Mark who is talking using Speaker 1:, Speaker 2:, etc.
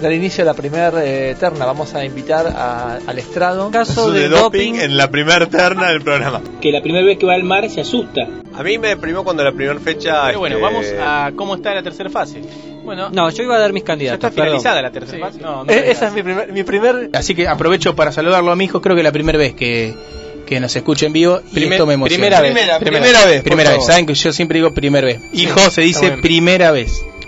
Speaker 1: dar inicio a la primera eh, terna. Vamos a invitar a- al estrado.
Speaker 2: Caso de, doping en la primera terna del programa.
Speaker 3: Que la primera vez que va al mar se asusta.
Speaker 2: A mí me deprimió cuando la primera fecha.
Speaker 4: Pero bueno,
Speaker 2: este,
Speaker 4: vamos a cómo está la tercera fase.
Speaker 5: Bueno, no, yo iba a dar mis
Speaker 4: Ya
Speaker 5: candidatos.
Speaker 4: está
Speaker 5: perdón.
Speaker 4: finalizada la tercera fase. No, no
Speaker 1: Eh, esa
Speaker 4: digas.
Speaker 1: es mi primer, mi primer
Speaker 6: Así que aprovecho para saludarlo a mi hijo. Creo que la primera vez que, que nos escucha en vivo. Y
Speaker 4: Primer-
Speaker 6: esto me emociona.
Speaker 4: primera vez.
Speaker 2: Primera,
Speaker 4: Primera
Speaker 2: primera vez. por
Speaker 6: Primera vez.
Speaker 2: favor.
Speaker 6: Saben que yo siempre digo primera vez. Hijo se dice
Speaker 4: bueno.
Speaker 6: primera vez.